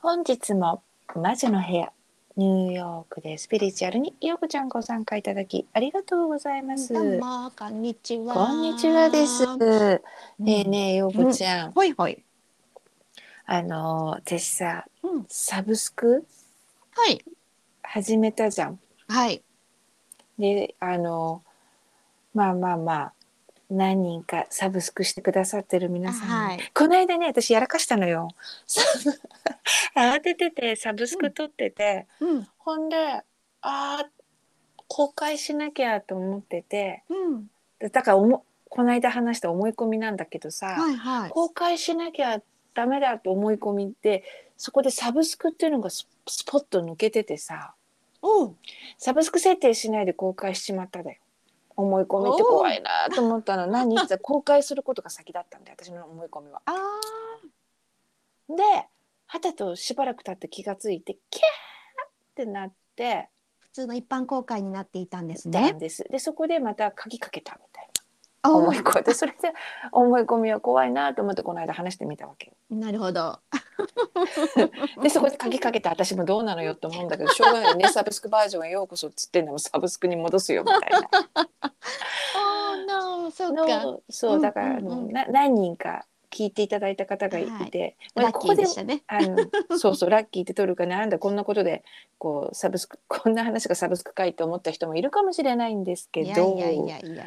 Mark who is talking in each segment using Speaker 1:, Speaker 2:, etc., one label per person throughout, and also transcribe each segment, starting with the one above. Speaker 1: 本日も魔女の部屋ニューヨークでスピリチュアルにようこちゃんご参加いただきありがとうございます。
Speaker 2: どうもこんにちは。
Speaker 1: こんにちはです。ねえねえようこちゃん、
Speaker 2: ほいほい。
Speaker 1: あの私さ
Speaker 2: うん。
Speaker 1: サブスク
Speaker 2: はい。
Speaker 1: 始めたじゃん。
Speaker 2: はい。
Speaker 1: であのまあまあまあ何人かサブスクしてくださってる皆さんに、
Speaker 2: はい
Speaker 1: この間ね私やらかしたのよ。 サブ慌てててサブスク取ってて、
Speaker 2: うん。
Speaker 1: ほんであー公開しなきゃと思ってて
Speaker 2: うん。
Speaker 1: だからおもこの間話した思い込みなんだけどさ、
Speaker 2: はいはい。
Speaker 1: 公開しなきゃダメだと思い込みってそこでサブスクっていうのがススポッと抜けててさ。
Speaker 2: おう。
Speaker 1: サブスク設定しないで公開しちまっただよ。思い込みって怖いなと思 ったの。何って公開することが先だったんで、私の思い込みは。
Speaker 2: ああ。
Speaker 1: で、はたとしばらく経って気がついて、キャーってなって
Speaker 2: 普通の一般公開になっていたんです
Speaker 1: た
Speaker 2: ね
Speaker 1: ん。です。で、そこでまた鍵かけたみたい
Speaker 2: あ
Speaker 1: な思い込み。で、それで思い込みは怖いなと思って、この間話してみたわ けよ。
Speaker 2: なるほど。
Speaker 1: で、そこで鍵かけて、私もどうなのよって思うんだけど、しょうがないよね。サブスクバージョンへようこそっつってんのもサブスクに戻すよみたいな。
Speaker 2: ああ、な そうか。
Speaker 1: のそうだから、あ
Speaker 2: うんうん
Speaker 1: の
Speaker 2: うん
Speaker 1: な何人か聞いていただいた方がいて、ま
Speaker 2: ラ
Speaker 1: あ
Speaker 2: ッ
Speaker 1: こ
Speaker 2: キ
Speaker 1: こ
Speaker 2: ー
Speaker 1: で
Speaker 2: でしたね。
Speaker 1: あ のそうそうラッキーって取るかなんだこんなことでこうサブスクこんな話がサブスクかいと思った人もいるかもしれないんですけ
Speaker 2: い
Speaker 1: ど
Speaker 2: やいやいやいや。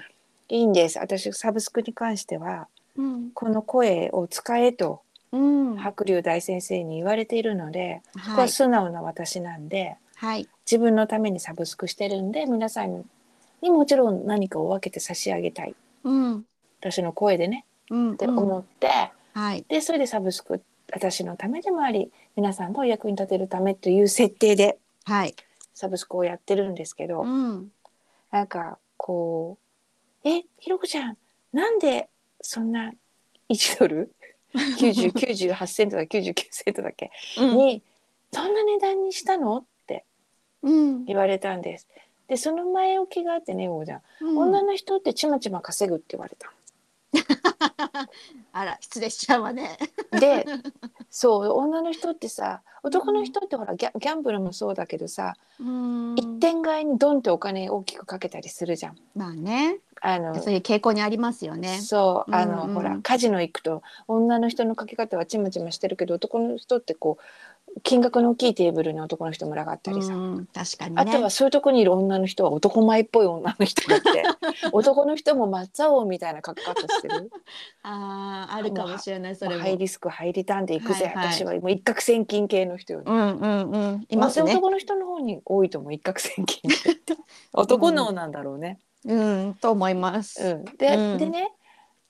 Speaker 1: いいんです私サブスクに関しては
Speaker 2: うん。
Speaker 1: この声を使えと
Speaker 2: うん。は。
Speaker 1: 白龍大先生に言われているので、ここはい素直な私なんで
Speaker 2: はい。
Speaker 1: 自分のためにサブスクしてるんで皆さんにもちろん何かを分けて差し上げたい
Speaker 2: うん。
Speaker 1: 私の声でね
Speaker 2: うん。
Speaker 1: って
Speaker 2: うん
Speaker 1: 思って。
Speaker 2: はい。
Speaker 1: でそれでサブスク私のためでもあり皆さんのお役に立てるためという設定で
Speaker 2: はい。
Speaker 1: サブスクをやってるんですけど、
Speaker 2: うん。
Speaker 1: なんかこう「えひろこちゃんなんでそんな1ドル90 98セントだ99セントだっけ
Speaker 2: うん。
Speaker 1: にそんな値段にしたの?」って
Speaker 2: うん。
Speaker 1: 言われたんです。でその前置きがあってねおうちゃん、
Speaker 2: う
Speaker 1: 女
Speaker 2: ん。
Speaker 1: の人ってちまちま稼ぐって言われた。
Speaker 2: あら、失礼しちゃうわね。
Speaker 1: でそう女の人ってさ男の人ってほらギャギャンブルもそうだけどさ、
Speaker 2: うん。
Speaker 1: 一点買いにドンってお金大きくかけたりするじゃん。
Speaker 2: まあね。
Speaker 1: あの
Speaker 2: そういう傾向にありますよね。
Speaker 1: そうあの、
Speaker 2: うんうん
Speaker 1: ほらカジノ行くと女の人のかけ方はちまちましてるけど男の人ってこう金額の大きいテーブルに男の人群がったりさ、
Speaker 2: うん、確かにね。
Speaker 1: あとはそういうとこにいる女の人は男前っぽい女の人がいて 男の人も抹茶王みたいなかけ方してる
Speaker 2: あーあるかもしれ ないそれ
Speaker 1: ハイ
Speaker 2: も。
Speaker 1: リスクハイリターンで行くぜ、
Speaker 2: はいはい
Speaker 1: 私はもう一攫千金系の人よね
Speaker 2: うんうんうん。います
Speaker 1: まあ
Speaker 2: ね。
Speaker 1: 男の人の方に多いと思う一攫千金って 男脳なんだろうね。
Speaker 2: うんと思いま
Speaker 1: う
Speaker 2: す。
Speaker 1: ん、で,、
Speaker 2: うん
Speaker 1: でね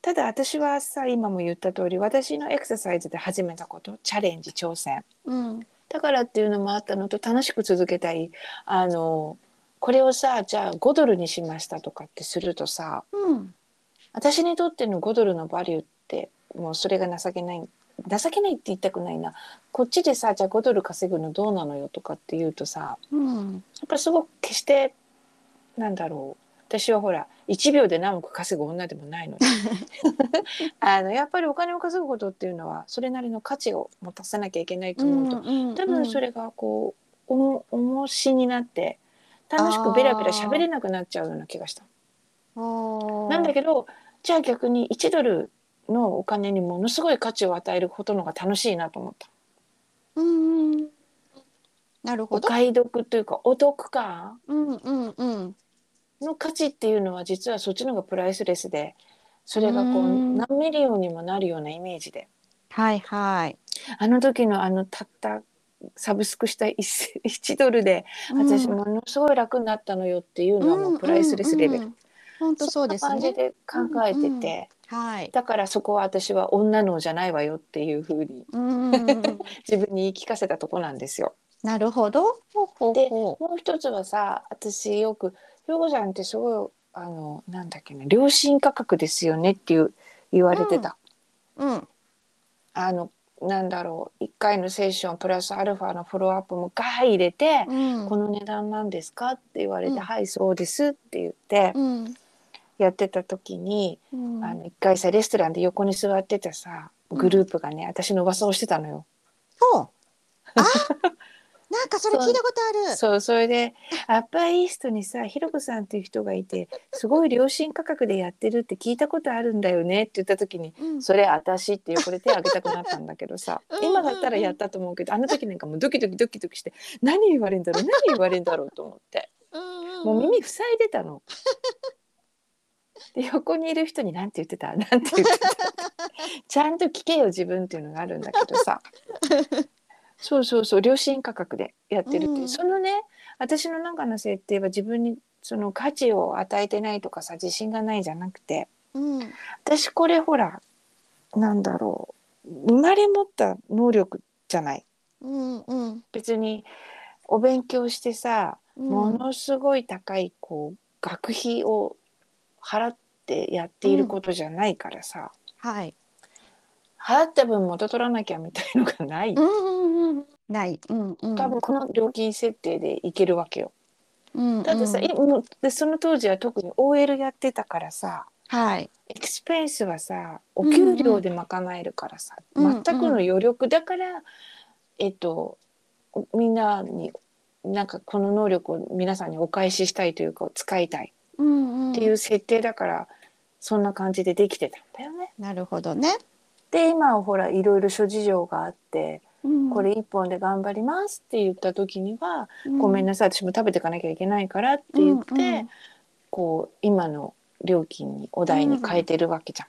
Speaker 1: ただ私はさ今も言った通り私のエクササイズで始めたことチャレンジ挑戦
Speaker 2: うん
Speaker 1: だからっていうのもあったのと楽しく続けたいあのこれをさじゃあ5ドルにしましたとかってするとさ
Speaker 2: うん
Speaker 1: 私にとっての5ドルのバリューってもうそれが情けない情けないって言いたくないなこっちでさじゃあ5ドル稼ぐのどうなのよとかって言うとさ
Speaker 2: うん
Speaker 1: やっぱりすごく決してなんだろう私はほら1秒で何億稼ぐ女でもないのであのやっぱりお金を稼ぐことっていうのはそれなりの価値を持たせなきゃいけないと思うと、
Speaker 2: うん
Speaker 1: 多分それがこうおも重しになって楽しくベラベラ喋れなくなっちゃうような気がした。なんだ
Speaker 2: け
Speaker 1: けどじゃあ逆に1ドルのお金にものすごい価値を与えることの方が楽しいなと思った。
Speaker 2: うんうんなる
Speaker 1: お
Speaker 2: ほど。
Speaker 1: 買い得というかお得感
Speaker 2: うんうんうん
Speaker 1: の価値っていうのは実はそっちの方がプライスレスでそれがこう
Speaker 2: うん
Speaker 1: 何ミリオンにもなるようなイメージで
Speaker 2: はいはい。
Speaker 1: あの時のあのたったサブスクした 1, 1ドルで私
Speaker 2: うん
Speaker 1: ものすごい楽になったのよっていうのはもうプライスレスレベル。。
Speaker 2: 本当そうです
Speaker 1: んな感じ
Speaker 2: ね。
Speaker 1: で考えてて、
Speaker 2: うんうんはい。
Speaker 1: だからそこは私は女のじゃないわよっていうふうに
Speaker 2: うんうんうん
Speaker 1: 自分に言い聞かせたとこなんですよ。
Speaker 2: なるほど。ほうほう
Speaker 1: で
Speaker 2: ほ
Speaker 1: もう一つはさ私よくひろこちゃんってすごいあのなんだっけね良心価格ですよねっていう言われてた、
Speaker 2: う。うん
Speaker 1: あのなんだろう1回のセッションプラスアルファのフォローアップもガー入れて、
Speaker 2: うん
Speaker 1: この値段なんですか?」って言われて「
Speaker 2: うん
Speaker 1: はいそうです」って言って
Speaker 2: うん
Speaker 1: やってた時に、
Speaker 2: うん
Speaker 1: あの1回さレストランで横に座ってたさグループがね私の噂をしてたのよ。
Speaker 2: そう。なんかそれ聞いたことあ る。
Speaker 1: そうそれでアッパーイーストにさひろこさんっていう人がいてすごい良心価格でやってるって聞いたことあるんだよねって言った時に
Speaker 2: うん
Speaker 1: それ私っていうこれ手挙げたくなったんだけどさ
Speaker 2: うんうんうん
Speaker 1: 今だったらやったと思うけどあの時なんかもうドキドキドキドキして何言われるんだろう何言われるんだろうと思って
Speaker 2: うんん
Speaker 1: もう耳塞いでたの。で横にいる人に何て言ってた 何て言ってたちゃんと聞けよ自分っていうのがあるんだけどさそうそうそう良心価格でやってるっていう、
Speaker 2: うん
Speaker 1: そのね私の中の設定は自分にその価値を与えてないとかさ自信がないじゃなくて、
Speaker 2: うん
Speaker 1: 私これほらなんだろう生まれ持った能力じゃない
Speaker 2: うんうん
Speaker 1: 別にお勉強してさ、
Speaker 2: うん
Speaker 1: ものすごい高いこう学費を払ってやっていることじゃないからさ、
Speaker 2: はい。
Speaker 1: 払った分元取らなきゃみたいのがない、
Speaker 2: うんうんうんない。うんうん。
Speaker 1: 多分この料金設定でいけるわけよ。
Speaker 2: うんうん
Speaker 1: だってさ、いもうでその当時は特に OL やってたからさ
Speaker 2: はい。
Speaker 1: エクスペンスはさお給料で賄えるからさ、
Speaker 2: うんうん
Speaker 1: 全くの余力だから、えっとみんなになんかこの能力を皆さんにお返ししたいというか使いたい
Speaker 2: うんうん。
Speaker 1: っていう設定だから、そんな感じでできてたんだよね。
Speaker 2: なるほどね。
Speaker 1: で今はほらいろいろ諸事情があってこれ一本で頑張りますって言った時には、ごめん
Speaker 2: な
Speaker 1: なさい私も食べていかなきゃいけないからって言って、
Speaker 2: うんうん
Speaker 1: こう今の料金にお代に変えてるわけじゃん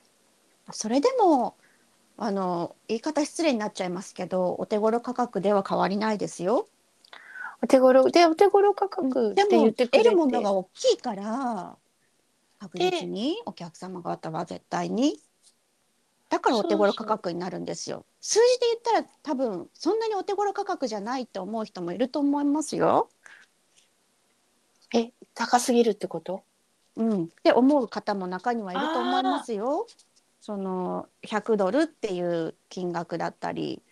Speaker 2: それでもあの言い方失礼になっちゃいますけどお手頃価格では変わりないですよ。
Speaker 1: お手頃でお手頃価格って
Speaker 2: で
Speaker 1: 言
Speaker 2: も
Speaker 1: って
Speaker 2: 得
Speaker 1: くれて、
Speaker 2: るものが大きいから確実にお客様方は絶対にだからお手頃価格になるんですよ。数字で言ったら多分そんなにお手頃価格じゃないと思う人もいると思いますよ。
Speaker 1: え高すぎるってこと？
Speaker 2: うん、って思う方も中にはいると思いますよ。その100ドルっていう金額だったり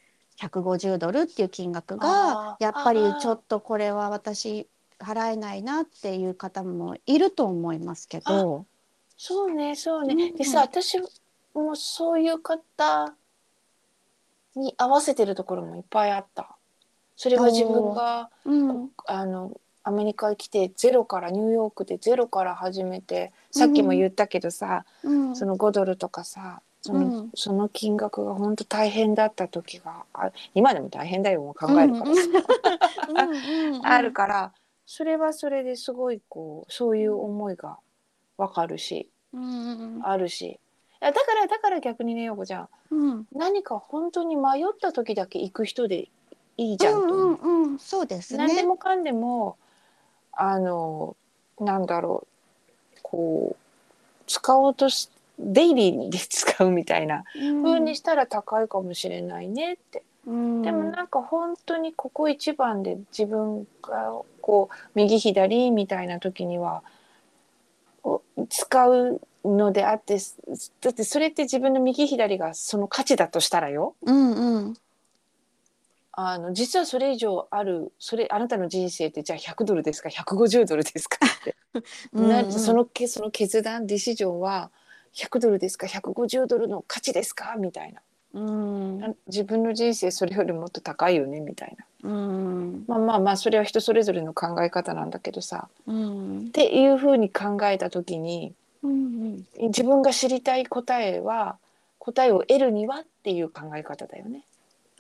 Speaker 2: 150ドルっていう金額
Speaker 1: あ
Speaker 2: が
Speaker 1: ー
Speaker 2: やっぱり
Speaker 1: あー
Speaker 2: ちょっとこれは私払えないなっていう方もいると思いますけど。
Speaker 1: そうねそうね。
Speaker 2: うんうん
Speaker 1: でさ私もそういう方に合わせてるところもいっぱいあった。それは自分が
Speaker 2: うん、
Speaker 1: あのアメリカ来てゼロからニューヨークでゼロから始めてさっきも言ったけどさ、
Speaker 2: うん
Speaker 1: その5ドルとかさその,、
Speaker 2: うん
Speaker 1: その金額が本当大変だった時があ今でも大変だよもう考えるからさ。
Speaker 2: うんうん
Speaker 1: あるから、それはそれですごいこうそういう思いがわかるし
Speaker 2: うん
Speaker 1: あるしいやだからだから逆にねよこちゃん
Speaker 2: うん
Speaker 1: 何か本当に迷った時だけ行く人でいいじゃんと
Speaker 2: う
Speaker 1: 思う、
Speaker 2: んうんうんそうです
Speaker 1: 何で
Speaker 2: ね。
Speaker 1: もかんでもあのなんだろうこう使おうとしデイリーで使うみたいな風にしたら高いかもしれないねって
Speaker 2: うん
Speaker 1: でもなんか本当にここ一番で自分がこう右左みたいな時にはお使うのであってすだってそれって自分の右左がその価値だとしたらよ
Speaker 2: うんうん
Speaker 1: あの実はそれ以上あるそれあなたの人生ってじゃあ100ドルですか150ドルですかって、な
Speaker 2: うんうん
Speaker 1: そのけその決断ディシジョンは100ドルですか150ドルの価値ですかみたいな
Speaker 2: うん
Speaker 1: あ自分の人生それよりもっと高いよねみたいな。
Speaker 2: うん
Speaker 1: まあまあまあそれは人それぞれの考え方なんだけどさ
Speaker 2: うん
Speaker 1: っていうふうに考えた時に
Speaker 2: うん
Speaker 1: 自分が知りたい答えは答えを得るにはっていう考え方だよね。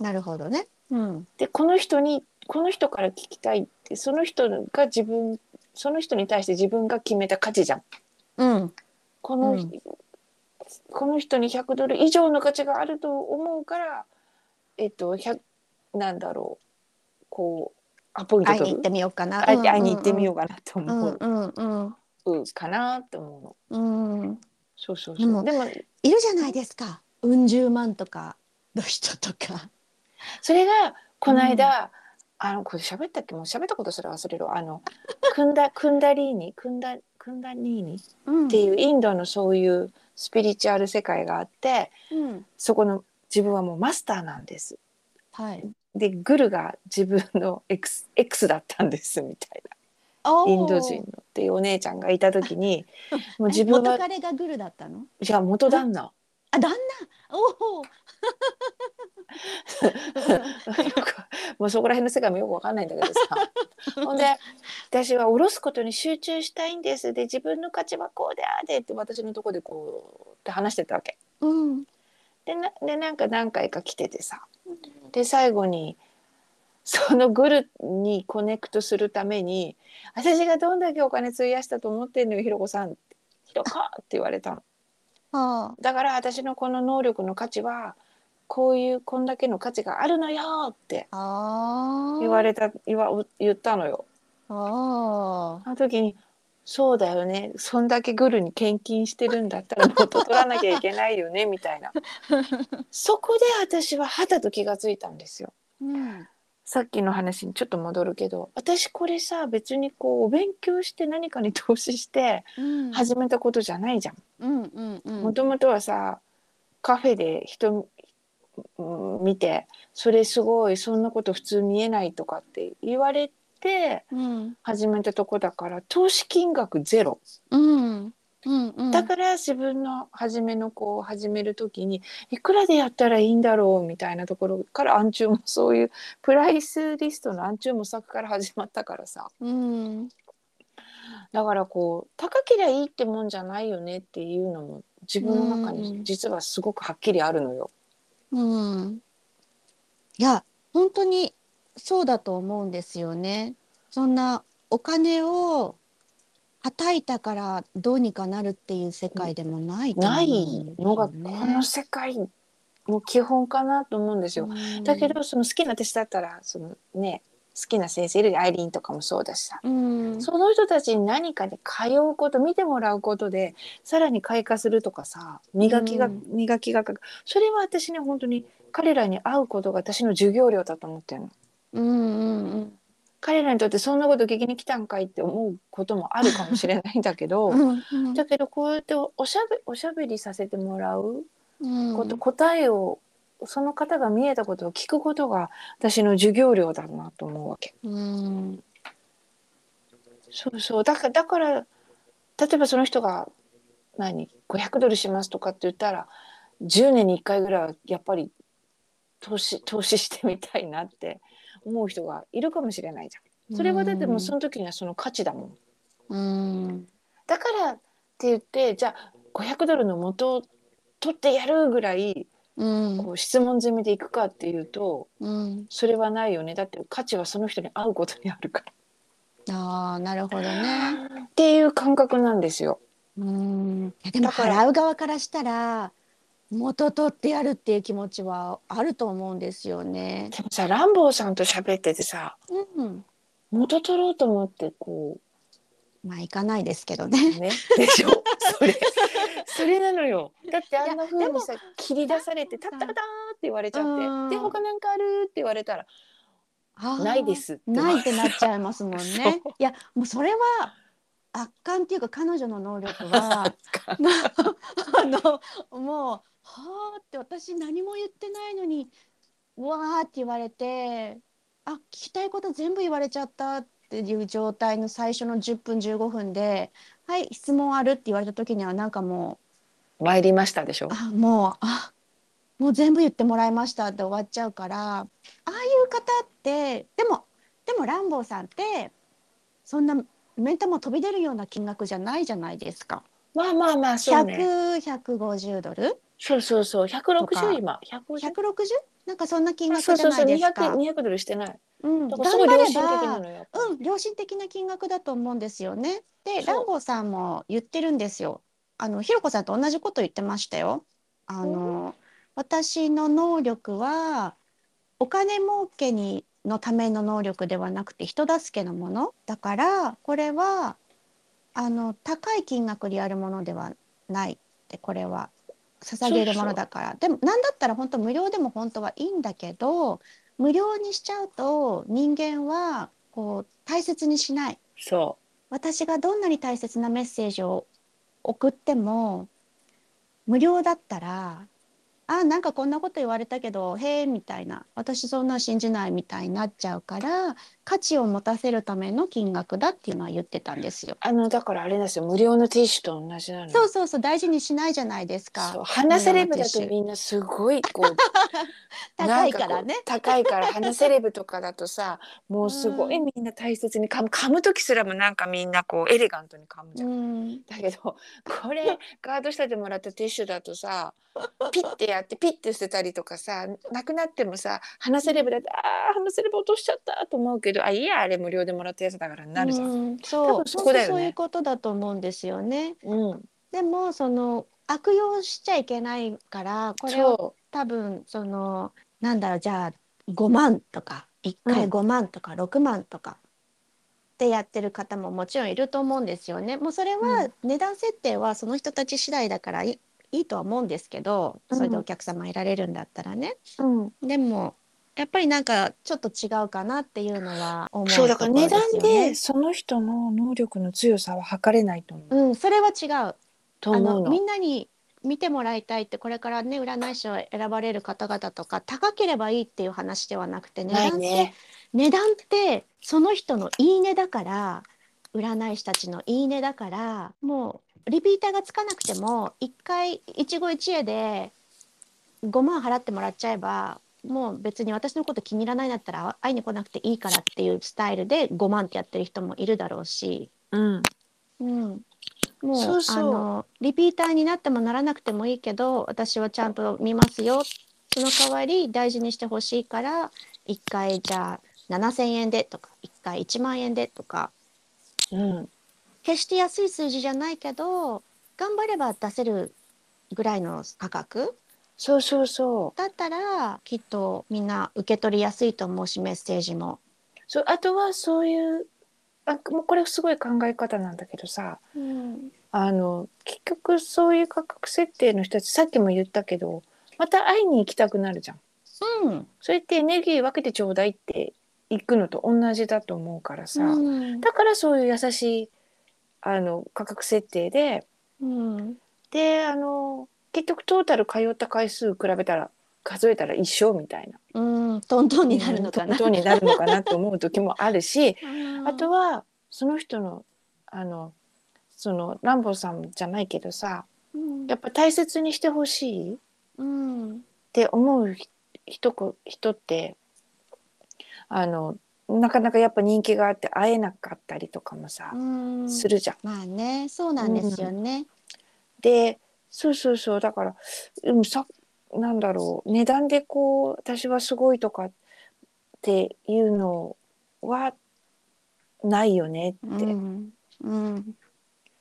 Speaker 2: なるほどね。うん。
Speaker 1: でこの人にこの人から聞きたいってその人が自分その人に対して自分が決めた価値じゃん。
Speaker 2: うん。
Speaker 1: この,、
Speaker 2: うん
Speaker 1: この人に100ドル以上の価値があると思うからえっと100なんだろうこうアポイント
Speaker 2: 会いに行
Speaker 1: 取
Speaker 2: っ
Speaker 1: る
Speaker 2: てみようかな。
Speaker 1: 会い会いに行ってみよ
Speaker 2: う
Speaker 1: うかなと
Speaker 2: んう
Speaker 1: 思う。
Speaker 2: んうん。うん
Speaker 1: かなって思うの。
Speaker 2: うんうん。
Speaker 1: そうそう
Speaker 2: で
Speaker 1: そう。
Speaker 2: も
Speaker 1: でも
Speaker 2: いるじゃないですか。うん十万とかの人とか。
Speaker 1: それがこの間、あのこれ喋ったっけもう喋ったことすら忘れるあのクン ダクンダリーニクンダクンダニーニっ
Speaker 2: ってう。
Speaker 1: いうインドのそういうスピリチュアル世界があって
Speaker 2: うん。
Speaker 1: そこの自分はもうマスターなんです。
Speaker 2: はい。
Speaker 1: でグルが自分の X, X だったんですみたいなインド人のっていうお姉ちゃんがいた時 にもう自
Speaker 2: 自
Speaker 1: 分
Speaker 2: 分
Speaker 1: は
Speaker 2: 元彼がグルだったの。
Speaker 1: いや元旦那
Speaker 2: あ旦那。おお。
Speaker 1: よくもうそこら辺の世界もよくわかんないんだけどさほんで私は下ろすことに集中したいんですで自分の価値はこうであれって私のとこでこうって話してたわけ
Speaker 2: うん。
Speaker 1: でなでなんか何回か来ててさで最後にそのグルにコネクトするために私がどんだけお金費やしたと思ってんのよひろこさんってひろこって言われたの
Speaker 2: あ
Speaker 1: だから私のこの能力の価値はこういうこんだけの価値があるのよって
Speaker 2: あ。ああ。
Speaker 1: 言われた言わ言ったのよ
Speaker 2: ああ。
Speaker 1: あの時にそうだよねそんだけグルに献金してるんだったら元取らなきゃいけないよ ねみたいなそこで私ははたと気がついたんですよ
Speaker 2: うん。
Speaker 1: さっきの話にちょっと戻るけど私これさ別にこうお勉強して何かに投資して
Speaker 2: うん。
Speaker 1: 始めたことじゃないじゃん。
Speaker 2: うんうんうん。
Speaker 1: もともとはさカフェで人うん見てそれすごいそんなこと普通見えないとかって言われて
Speaker 2: うん。
Speaker 1: 始めたとこだから投資金額ゼロ
Speaker 2: うん。うんうん。
Speaker 1: だから自分の初めのこう始める時にいくらでやったらいいんだろうみたいなところから暗中もそういうプライスリストの暗中模索から始まったからさ
Speaker 2: うん。
Speaker 1: だからこう高けりゃいいってもんじゃないよねっていうのも自分の中に実はすごくはっきりあるのよ。
Speaker 2: うん。いや、本当にそうだと思うんですよね。そんなお金を叩いたからどうにかなるっていう世界でもないと思
Speaker 1: ない
Speaker 2: うんですよね
Speaker 1: のがこの世界の基本かなと思うんですよ。
Speaker 2: うん
Speaker 1: だけどその好きな私だったらそのね好きな先生いるアイリーンとかもそうだしさ
Speaker 2: うん、
Speaker 1: その人たちに何かで通うこと見てもらうことでさらに開花するとかさ磨きが、
Speaker 2: うん
Speaker 1: 磨きがかかそれは私ね本当に彼らに会うことが私の授業料だと思ってるの。
Speaker 2: うんうんうん
Speaker 1: 彼らにとってそんなこと聞きに来たんかいって思うこともあるかもしれないんだけど、
Speaker 2: うん
Speaker 1: だけどこうやっておしゃべおしゃべりさせてもらう
Speaker 2: うん
Speaker 1: こと、答えをその方が見えたことを聞くことが私の授業料だなと思うわけ。
Speaker 2: うん
Speaker 1: そうそうだからだから例えばその人が何500ドルしますとかって言ったら10年に1回ぐらいはやっぱり投資投資してみたいなって思う人がいるかもしれないじゃん。それはだってもうその時にはその価値だもん。
Speaker 2: うん
Speaker 1: だからって言ってじゃあ500ドルの元を取ってやるぐらい
Speaker 2: うん
Speaker 1: こう質問攻めでいくかっていうと
Speaker 2: うん
Speaker 1: それはないよねだって価値はその人に会うことにあるから
Speaker 2: ああなるほどね。
Speaker 1: っていう感覚なんですよ。
Speaker 2: うんいやでも
Speaker 1: だから
Speaker 2: 払う側からしたら元取ってやるっていう気持ちはあると思うんですよね。
Speaker 1: でもさランボーさんと喋っててさ
Speaker 2: うん、
Speaker 1: 元取ろうと思ってこ
Speaker 2: まあいかないですけど
Speaker 1: う
Speaker 2: ね。
Speaker 1: ね でしょそれそれなのよだってあんな風にさ切り出されて「タッタタタ」って言われちゃ
Speaker 2: う
Speaker 1: っ
Speaker 2: ん
Speaker 1: て「で他なんかある?」って言われたら「
Speaker 2: あー
Speaker 1: ないで。す」って言わ
Speaker 2: ない
Speaker 1: れ
Speaker 2: ってなっちゃいますもん
Speaker 1: そう
Speaker 2: ね。いやもうそれは圧巻っていうか彼女の能力 は
Speaker 1: たから
Speaker 2: なあ のもう「はあ」って私何も言ってないのに「うわあ」って言われて「あ聞きたいこと全部言われちゃった」っていう状態の最初の10分15分で「はい質問ある」って言われた時にはなんかも
Speaker 1: 参りましたでしょ
Speaker 2: う「あもうあもう全部言ってもらいました」って終わっちゃうからああいう方ってでもでもランボーさんってそんな目玉飛び出るような金額じゃないじゃないですか。
Speaker 1: まあまあまあそうね
Speaker 2: 100、150ドル
Speaker 1: そうそうそう
Speaker 2: とか
Speaker 1: 160今150
Speaker 2: 160? なんかそんな金額じ
Speaker 1: そう
Speaker 2: ゃ
Speaker 1: そう
Speaker 2: な
Speaker 1: そう
Speaker 2: いです
Speaker 1: 200
Speaker 2: か。
Speaker 1: 200ドルしてない
Speaker 2: うん、
Speaker 1: だ
Speaker 2: 頑
Speaker 1: からすごい良
Speaker 2: 張れ
Speaker 1: 心的な
Speaker 2: ば、
Speaker 1: のよ
Speaker 2: うん、良心的な金額だと思うんですよね。で、
Speaker 1: そう
Speaker 2: ランボーさんも言ってるんですよ。あの、ひろこさんと同じこと言ってましたよ。あの、私の能力は、お金儲けにのための能力ではなくて人助けのものだからこれはあの高い金額でやるものではないってこれは捧げるものだからでも何だったら本当無料でも本当はいいんだけど無料にしちゃうと人間はこう大切にしない
Speaker 1: そ
Speaker 2: 私がどんなに大切なメッセージを送っても無料だったら「あなんかこんなこと言われたけどへえ」みたいな「私そんなの信じない」みたいになっちゃうから価値を持たせるための金額だっていうのは言ってたんですよ。
Speaker 1: あのだからあれなんですよ無料のティッシュと同じなの
Speaker 2: そうそうそう大事にしないじゃないです
Speaker 1: そう
Speaker 2: か。
Speaker 1: 花セレブだとみんなすごいこう
Speaker 2: 高いか
Speaker 1: な
Speaker 2: らね
Speaker 1: んこう高いから花セレブとかだと さもうすごいみんな大切に噛む噛む時すらもなんかみんなこうエレガントに噛むじゃん、
Speaker 2: うん。
Speaker 1: だけどこれガード下でもらったティッシュだとさピッてやってピッて捨てたりとかさなくなってもさ花セレブだってあー花セレブ落としちゃったと思うけどあいいやあれ無料でもらったやつだからなるじゃん。うん
Speaker 2: うんそ
Speaker 1: 多
Speaker 2: う
Speaker 1: 分そこだよね
Speaker 2: そういうことだと思うんですよね。でもその悪用しちゃいけないからこれを
Speaker 1: そ
Speaker 2: 多分そのなんだろうじゃあ5万とか1回
Speaker 1: うん
Speaker 2: 5万とか6万とかってやってる方ももちろんいると思うんですよね。もうそれは値段設定はその人たち次第だからいいいいとは思うんですけどそれでお客様いられるんだったらね。
Speaker 1: う、うん、
Speaker 2: でもやっぱりなんかちょっと違うかなっていうのは思う
Speaker 1: そうだから値段
Speaker 2: ところすよ
Speaker 1: で
Speaker 2: ね。
Speaker 1: その人の能力の強さは測れないと思う。
Speaker 2: うん、それは違う
Speaker 1: と
Speaker 2: あ
Speaker 1: 思う
Speaker 2: の
Speaker 1: の。
Speaker 2: みんなに見てもらいたいってこれからね占い師を選ばれる方々とか高ければいいっていう話ではなくて値
Speaker 1: ない
Speaker 2: 段って、
Speaker 1: ね。
Speaker 2: 値段ってその人のいいねだから占い師たちのいいねだからもうリピーターがつかなくても一回一期一会で5万払ってもらっちゃえばもう別に私のこと気に入らないんだったら会いに来なくていいからっていうスタイルで5万ってやってる人もいるだろうし。
Speaker 1: うん。
Speaker 2: うん、もう
Speaker 1: そうそう
Speaker 2: あのリピーターになってもならなくてもいいけど私はちゃんと見ますよその代わり大事にしてほしいから1回じゃあ7,000円でとか1回1万円でとか
Speaker 1: うん。
Speaker 2: 決して安い数字じゃないけど頑張れば出せるぐらいの価格
Speaker 1: そうそうそ
Speaker 2: だったらきっとみんな受け取りやすいと思うしメッセージも。
Speaker 1: う。そうあとはそういうあもうこれすごい考え方なんだけどさ、
Speaker 2: うん
Speaker 1: あの結局そういう価格設定の人たちさっきも言ったけど、また会いに行きたくなるじゃん。
Speaker 2: うん
Speaker 1: それってエネルギー分けてちょうだいって行くのと同じだと思うからさ。だからそういう優しいあの価格設定で。
Speaker 2: うん
Speaker 1: であの結局トータル通った回数比べたら数えたら一緒みたいな
Speaker 2: うん、トントンになるのかな。
Speaker 1: 本当になるのかなと思う時もあるし
Speaker 2: うん
Speaker 1: あとはその人のあのそのランボーさんじゃないけどさ
Speaker 2: うん
Speaker 1: やっぱ大切にしてほしいっ
Speaker 2: うん
Speaker 1: て思うひ人こ人ってあのなかなかやっぱ人気があって会えなかったりとかもさ、
Speaker 2: うん
Speaker 1: するじゃん。
Speaker 2: まあねそうなんですよね。
Speaker 1: でそうそうそうだからうんさなんだろう値段でこう私はすごいとかっていうのはないよね
Speaker 2: う
Speaker 1: って、
Speaker 2: んうん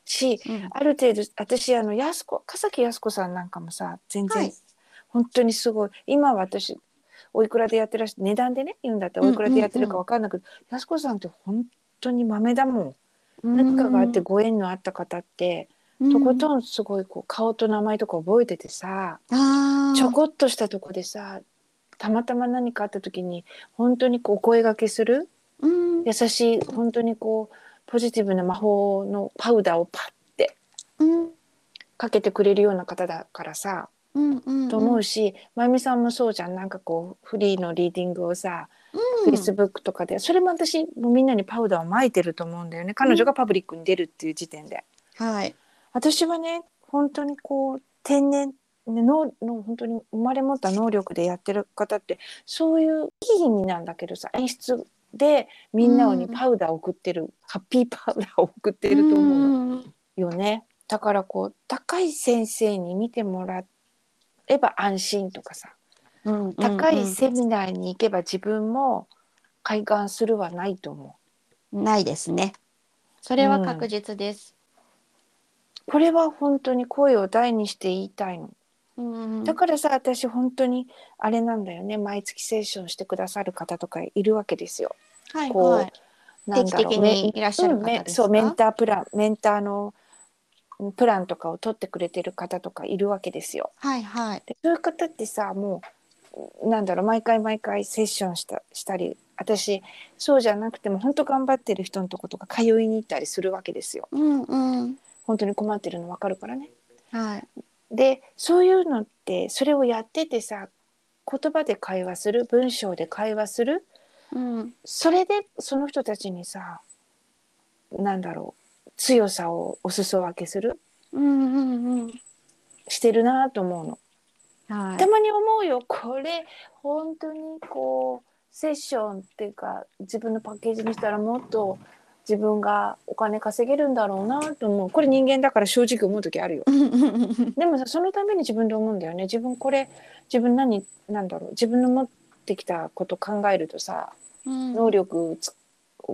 Speaker 1: し
Speaker 2: うん
Speaker 1: ある程度私あの安子笠木靖子さんなんかもさ全然、
Speaker 2: はい
Speaker 1: 本当にすごい今私おいくらでやってらっしゃ値段でね言うんだったらおいくらでやってるかわかんないけど、靖子さんって本当に豆だもん、何かがあってご縁のあった方って、とこ
Speaker 2: ん
Speaker 1: とんすごいこう顔と名前とか覚えててさ、
Speaker 2: あー
Speaker 1: ちょこっとしたとこでさたまたま何かあった時に本当にこうお声がけする
Speaker 2: うん
Speaker 1: 優しい本当にこうポジティブな魔法のパウダーをパッて
Speaker 2: うん
Speaker 1: かけてくれるような方だからさ、
Speaker 2: うんうん
Speaker 1: と思うしまゆみさんもそうじゃんなんかこうフリーのリーディングをさ、
Speaker 2: う
Speaker 1: フ
Speaker 2: ん
Speaker 1: ェイスブックとかでそれも私もうみんなにパウダーを撒いてると思うんだよね彼女がパブリックに出るっていう時点で。
Speaker 2: はい
Speaker 1: 私はね本当にこう天然のの本当に生まれ持った能力でやってる方ってそういういい意味なんだけどさ演出でみんなに
Speaker 2: うん
Speaker 1: パウダーを送ってる、ハッピーパウダーを送ってると思う
Speaker 2: うん
Speaker 1: よね。だからこう高い先生に見てもらえば安心とかさ
Speaker 2: うんうん
Speaker 1: 高いセミナーに行けば自分も開眼するはないと思う。
Speaker 2: ないですね。それは確実です。
Speaker 1: これは本当に声を大にして言いたいの。
Speaker 2: うん
Speaker 1: だからさ私本当にあれなんだよね毎月セッションしてくださる方とかいるわけですよ。
Speaker 2: はい
Speaker 1: こう
Speaker 2: はい
Speaker 1: なんだろう
Speaker 2: 定期的にいらっしゃる方
Speaker 1: めうんめ
Speaker 2: ですか
Speaker 1: そうメンタープランメンターのうんプランとかを取ってくれてる方とかいるわけですよ。
Speaker 2: はいはい
Speaker 1: でそういう方ってさもうなんだろう毎回毎回セッションしたしたり私そうじゃなくても本当頑張ってる人のとことか通いに行ったりするわけですよ。
Speaker 2: うんうん
Speaker 1: 本当に困ってるの分かるからね。
Speaker 2: はい
Speaker 1: でそういうのってそれをやっててさ言葉で会話する文章で会話する
Speaker 2: うん
Speaker 1: それでその人たちにさなんだろう強さをお裾分けする
Speaker 2: うんうんうん
Speaker 1: してるなと思うの。
Speaker 2: はい
Speaker 1: たまに思うよこれ本当にこうセッションっていうか自分のパッケージにしたらもっと自分がお金稼げるんだろうなと思うこれ人間だから正直思う時あるよ。
Speaker 2: うんうんうんうん
Speaker 1: でもさそのために自分で思うんだよね自分これ自分何なんだろう自分の持ってきたこと考えるとさ
Speaker 2: うん
Speaker 1: 能力つ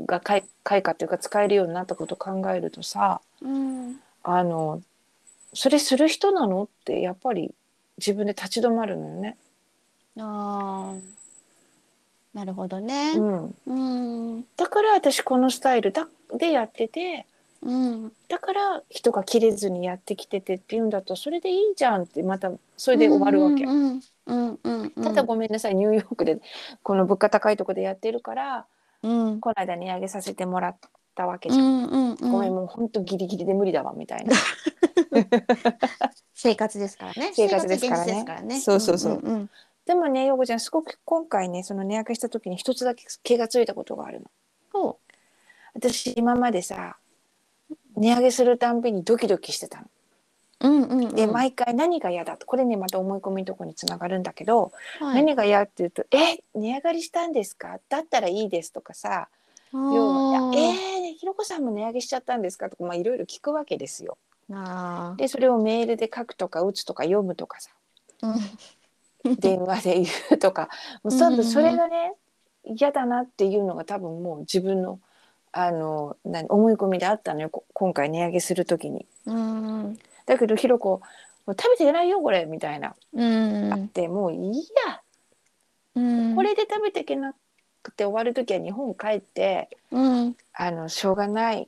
Speaker 1: が開開花というか使えるようになったこと考えるとさ
Speaker 2: うん
Speaker 1: あのそれする人なのってやっぱり自分で立ち止まるのよね。
Speaker 2: あーなるほどね
Speaker 1: うん、
Speaker 2: うん
Speaker 1: だから私このスタイルだでやってて
Speaker 2: うん
Speaker 1: だから人が切れずにやってきててっていうんだったらそれでいいじゃんってまたそれで終わるわけ。
Speaker 2: うんうんうんうん
Speaker 1: ただごめんなさいニューヨークでこの物価高いとこでやってるから
Speaker 2: うん
Speaker 1: この間値上げさせてもらったわけ
Speaker 2: う
Speaker 1: じゃん、
Speaker 2: んうんうん
Speaker 1: ごめんもうほんとギリギリで無理だわみたいな
Speaker 2: 生活ですからね
Speaker 1: 生活ですからね
Speaker 2: 生活現実ですからね
Speaker 1: そうそうそうん
Speaker 2: ん
Speaker 1: でもね陽子ちゃんすごく今回ねその値上げした時に一つだけ気がついたことがあるの
Speaker 2: そ
Speaker 1: 私今までさ値上げするたんびにドキドキしてたの
Speaker 2: うんうんうん
Speaker 1: で毎回何が嫌だとこれねまた思い込みのとこにつながるんだけど、
Speaker 2: はい
Speaker 1: 何が嫌っていうと「え値上がりしたんですかだったらいいです」とかさ
Speaker 2: あ
Speaker 1: 「要は
Speaker 2: ー
Speaker 1: いやえー、ひろこさんも値上げしちゃったんですか?」とかまあいろいろ聞くわけですよ。
Speaker 2: あー
Speaker 1: でそれをメールで書くとか打つとか読むとかさ
Speaker 2: うん
Speaker 1: 電話で言うと かもう多分それがね嫌だなっていうのが多分もう自分のあの何思い込みであったのよこ今回値上げする時に。
Speaker 2: うん
Speaker 1: だけどひろこ「もう食べていけないよこれ」みたいな、
Speaker 2: うん
Speaker 1: あってもういいや
Speaker 2: うん
Speaker 1: これで食べていけなくて終わる時は日本帰って
Speaker 2: うん
Speaker 1: あのしょうがない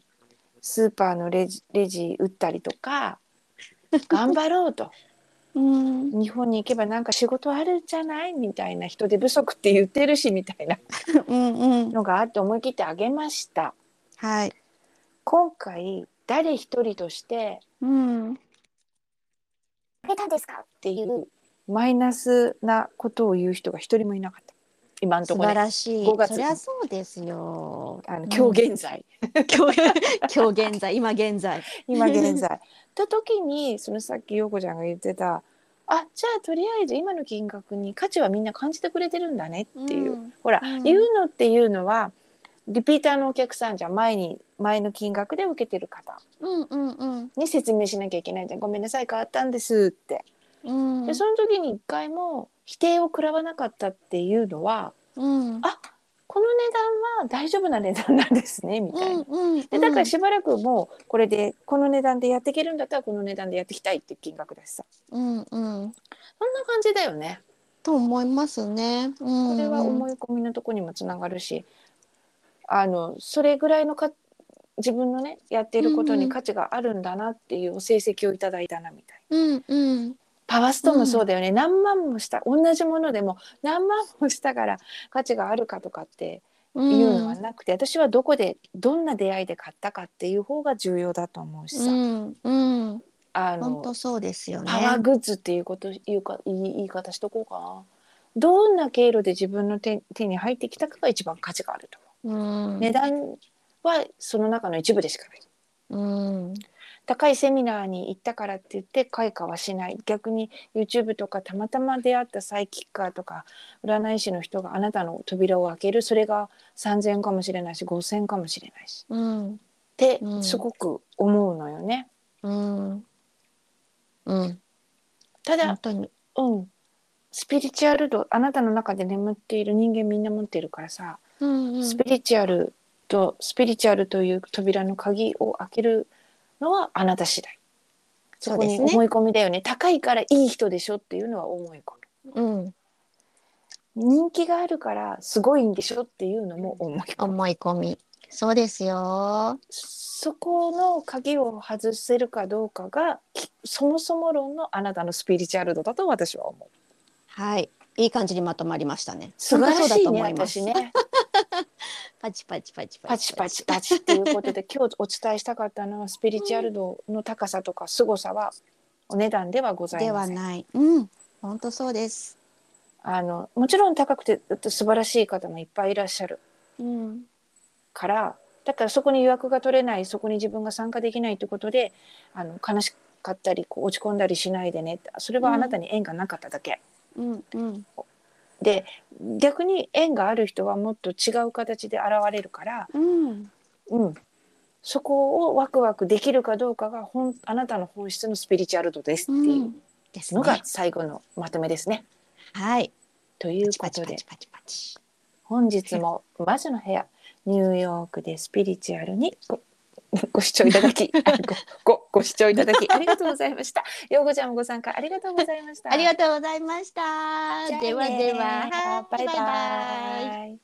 Speaker 1: スーパーのレジレジ打ったりと か頑張ろうと
Speaker 2: うん
Speaker 1: 日本に行けばなんか仕事あるんじゃないみたいな人手不足って言ってるしみたいな
Speaker 2: うんうん
Speaker 1: のがあって思い切ってあげました
Speaker 2: はい
Speaker 1: 今回誰一人として
Speaker 2: うん
Speaker 1: 「あげたんですか?」っていうマイナスなことを言う人が一人もいなかった今のと
Speaker 2: 素
Speaker 1: ころ
Speaker 2: 晴
Speaker 1: ね
Speaker 2: らしい
Speaker 1: 5月
Speaker 2: そりゃそうですよ
Speaker 1: あの今 日現在。
Speaker 2: 今日今日現在今現在
Speaker 1: 今現在。って時にそのさっき陽子ちゃんが言ってた「あじゃあとりあえず今の金額に価値はみんな感じてくれてるんだね」っていう、
Speaker 2: ん
Speaker 1: ほら、
Speaker 2: うん
Speaker 1: 言うのっていうのはリピーターのお客さんじゃん前に前の金額で受けてる方
Speaker 2: うんうんうん
Speaker 1: に説明しなきゃいけないじゃん「ごめんなさい変わったんです」って。
Speaker 2: うん
Speaker 1: でその時に一回も否定を食らわなかったっていうのは
Speaker 2: うん
Speaker 1: この値段は大丈夫な値段なんですねみたいな。
Speaker 2: うんうん
Speaker 1: でだからしばらくもうこれでこの値段でやっていけるんだったらこの値段でやっていきたいっていう金額だしさ
Speaker 2: うんうん
Speaker 1: そんな感じだよね
Speaker 2: と思いますね
Speaker 1: こ
Speaker 2: こ
Speaker 1: れは思い込みのとこにもつながるしあのそれぐらいのか自分のねやっていること
Speaker 2: うんう
Speaker 1: に
Speaker 2: ん
Speaker 1: 価値があるんだなっていう成績をいただいたなみたいな。
Speaker 2: うんうん
Speaker 1: パワーストーンもそうだよね、何万もした同じものでも何万もしたから価値があるかとかって
Speaker 2: う
Speaker 1: い
Speaker 2: ん
Speaker 1: うのはなくて、私はどこでどんな出会いで買ったかっていう方が重要だと思うしさ、
Speaker 2: うんうん
Speaker 1: あの
Speaker 2: 本当そうですよね。
Speaker 1: パワーグッズっていうこというか言い言い方しとこうかなどんな経路で自分の手手に入ってきたかが一番価値があると思
Speaker 2: うん
Speaker 1: う、値段はその中の一部でしかない
Speaker 2: うん
Speaker 1: 高いセミナーに行ったからって言って開花はしない逆に YouTube とかたまたま出会ったサイキッカーとか占い師の人があなたの扉を開けるそれが3,000かもしれないし5,000かもしれないし
Speaker 2: うん
Speaker 1: って
Speaker 2: うん
Speaker 1: すごく思うのよね。
Speaker 2: うんうん
Speaker 1: ただ
Speaker 2: 本当に
Speaker 1: うん、スピリチュアル度あなたの中で眠っている人間みんな持ってるからさ、
Speaker 2: うんうん
Speaker 1: スピリチュアルとスピリチュアルという扉の鍵を開けるのはあなた次第そ
Speaker 2: そう
Speaker 1: こ
Speaker 2: です
Speaker 1: に
Speaker 2: ね
Speaker 1: 思い込みだよね高いからいい人でしょっていうのは思い込
Speaker 2: うん
Speaker 1: み人気があるからすごいんでしょっていうのも思い込み
Speaker 2: 思い込みそうですよ。
Speaker 1: そこの鍵を外せるかどうかがきそもそも論のあなたのスピリチュアル度だと私は思う
Speaker 2: はいいい感じにまとまりましたね。
Speaker 1: 素晴らしい
Speaker 2: 本当そうだと
Speaker 1: ね
Speaker 2: 思います
Speaker 1: 私ね
Speaker 2: パチパチパチパ
Speaker 1: パ
Speaker 2: チ
Speaker 1: チパチパチっていうこと で今日お伝えしたかったのはスピリチュアル度の高さとか凄さはお値段ではござい
Speaker 2: で
Speaker 1: ま
Speaker 2: は
Speaker 1: せん。
Speaker 2: ない。うん本当そうです。
Speaker 1: あのもちろん高くて素晴らしい方もいっぱいいらっしゃる
Speaker 2: うん
Speaker 1: からだからそこに予約が取れないそこに自分が参加できないということであの悲しかったりこう落ち込んだりしないでねそれはあなたに縁がなかっただけ、
Speaker 2: うんうん
Speaker 1: で逆に縁がある人はもっと違う形で現れるから、
Speaker 2: うん
Speaker 1: うん、そこをワクワクできるかどうかが本あなたの本質のスピリチュアル度です
Speaker 2: う
Speaker 1: っていうん
Speaker 2: です
Speaker 1: の
Speaker 2: ね
Speaker 1: が最後のまとめですね。
Speaker 2: はい
Speaker 1: という
Speaker 2: パ
Speaker 1: こ
Speaker 2: チ
Speaker 1: と
Speaker 2: パ
Speaker 1: で
Speaker 2: チパチパチ
Speaker 1: 本日も「魔女の部屋」ニューヨークでスピリチュアルにご ご視聴いただき あごごご視聴いただきありがとうございました。ようこちゃんもご参加ありがとうございました。
Speaker 2: ありがとうございました
Speaker 1: じゃあね
Speaker 2: ではではは
Speaker 1: バ
Speaker 2: い
Speaker 1: イバ
Speaker 2: バイバイ
Speaker 1: イ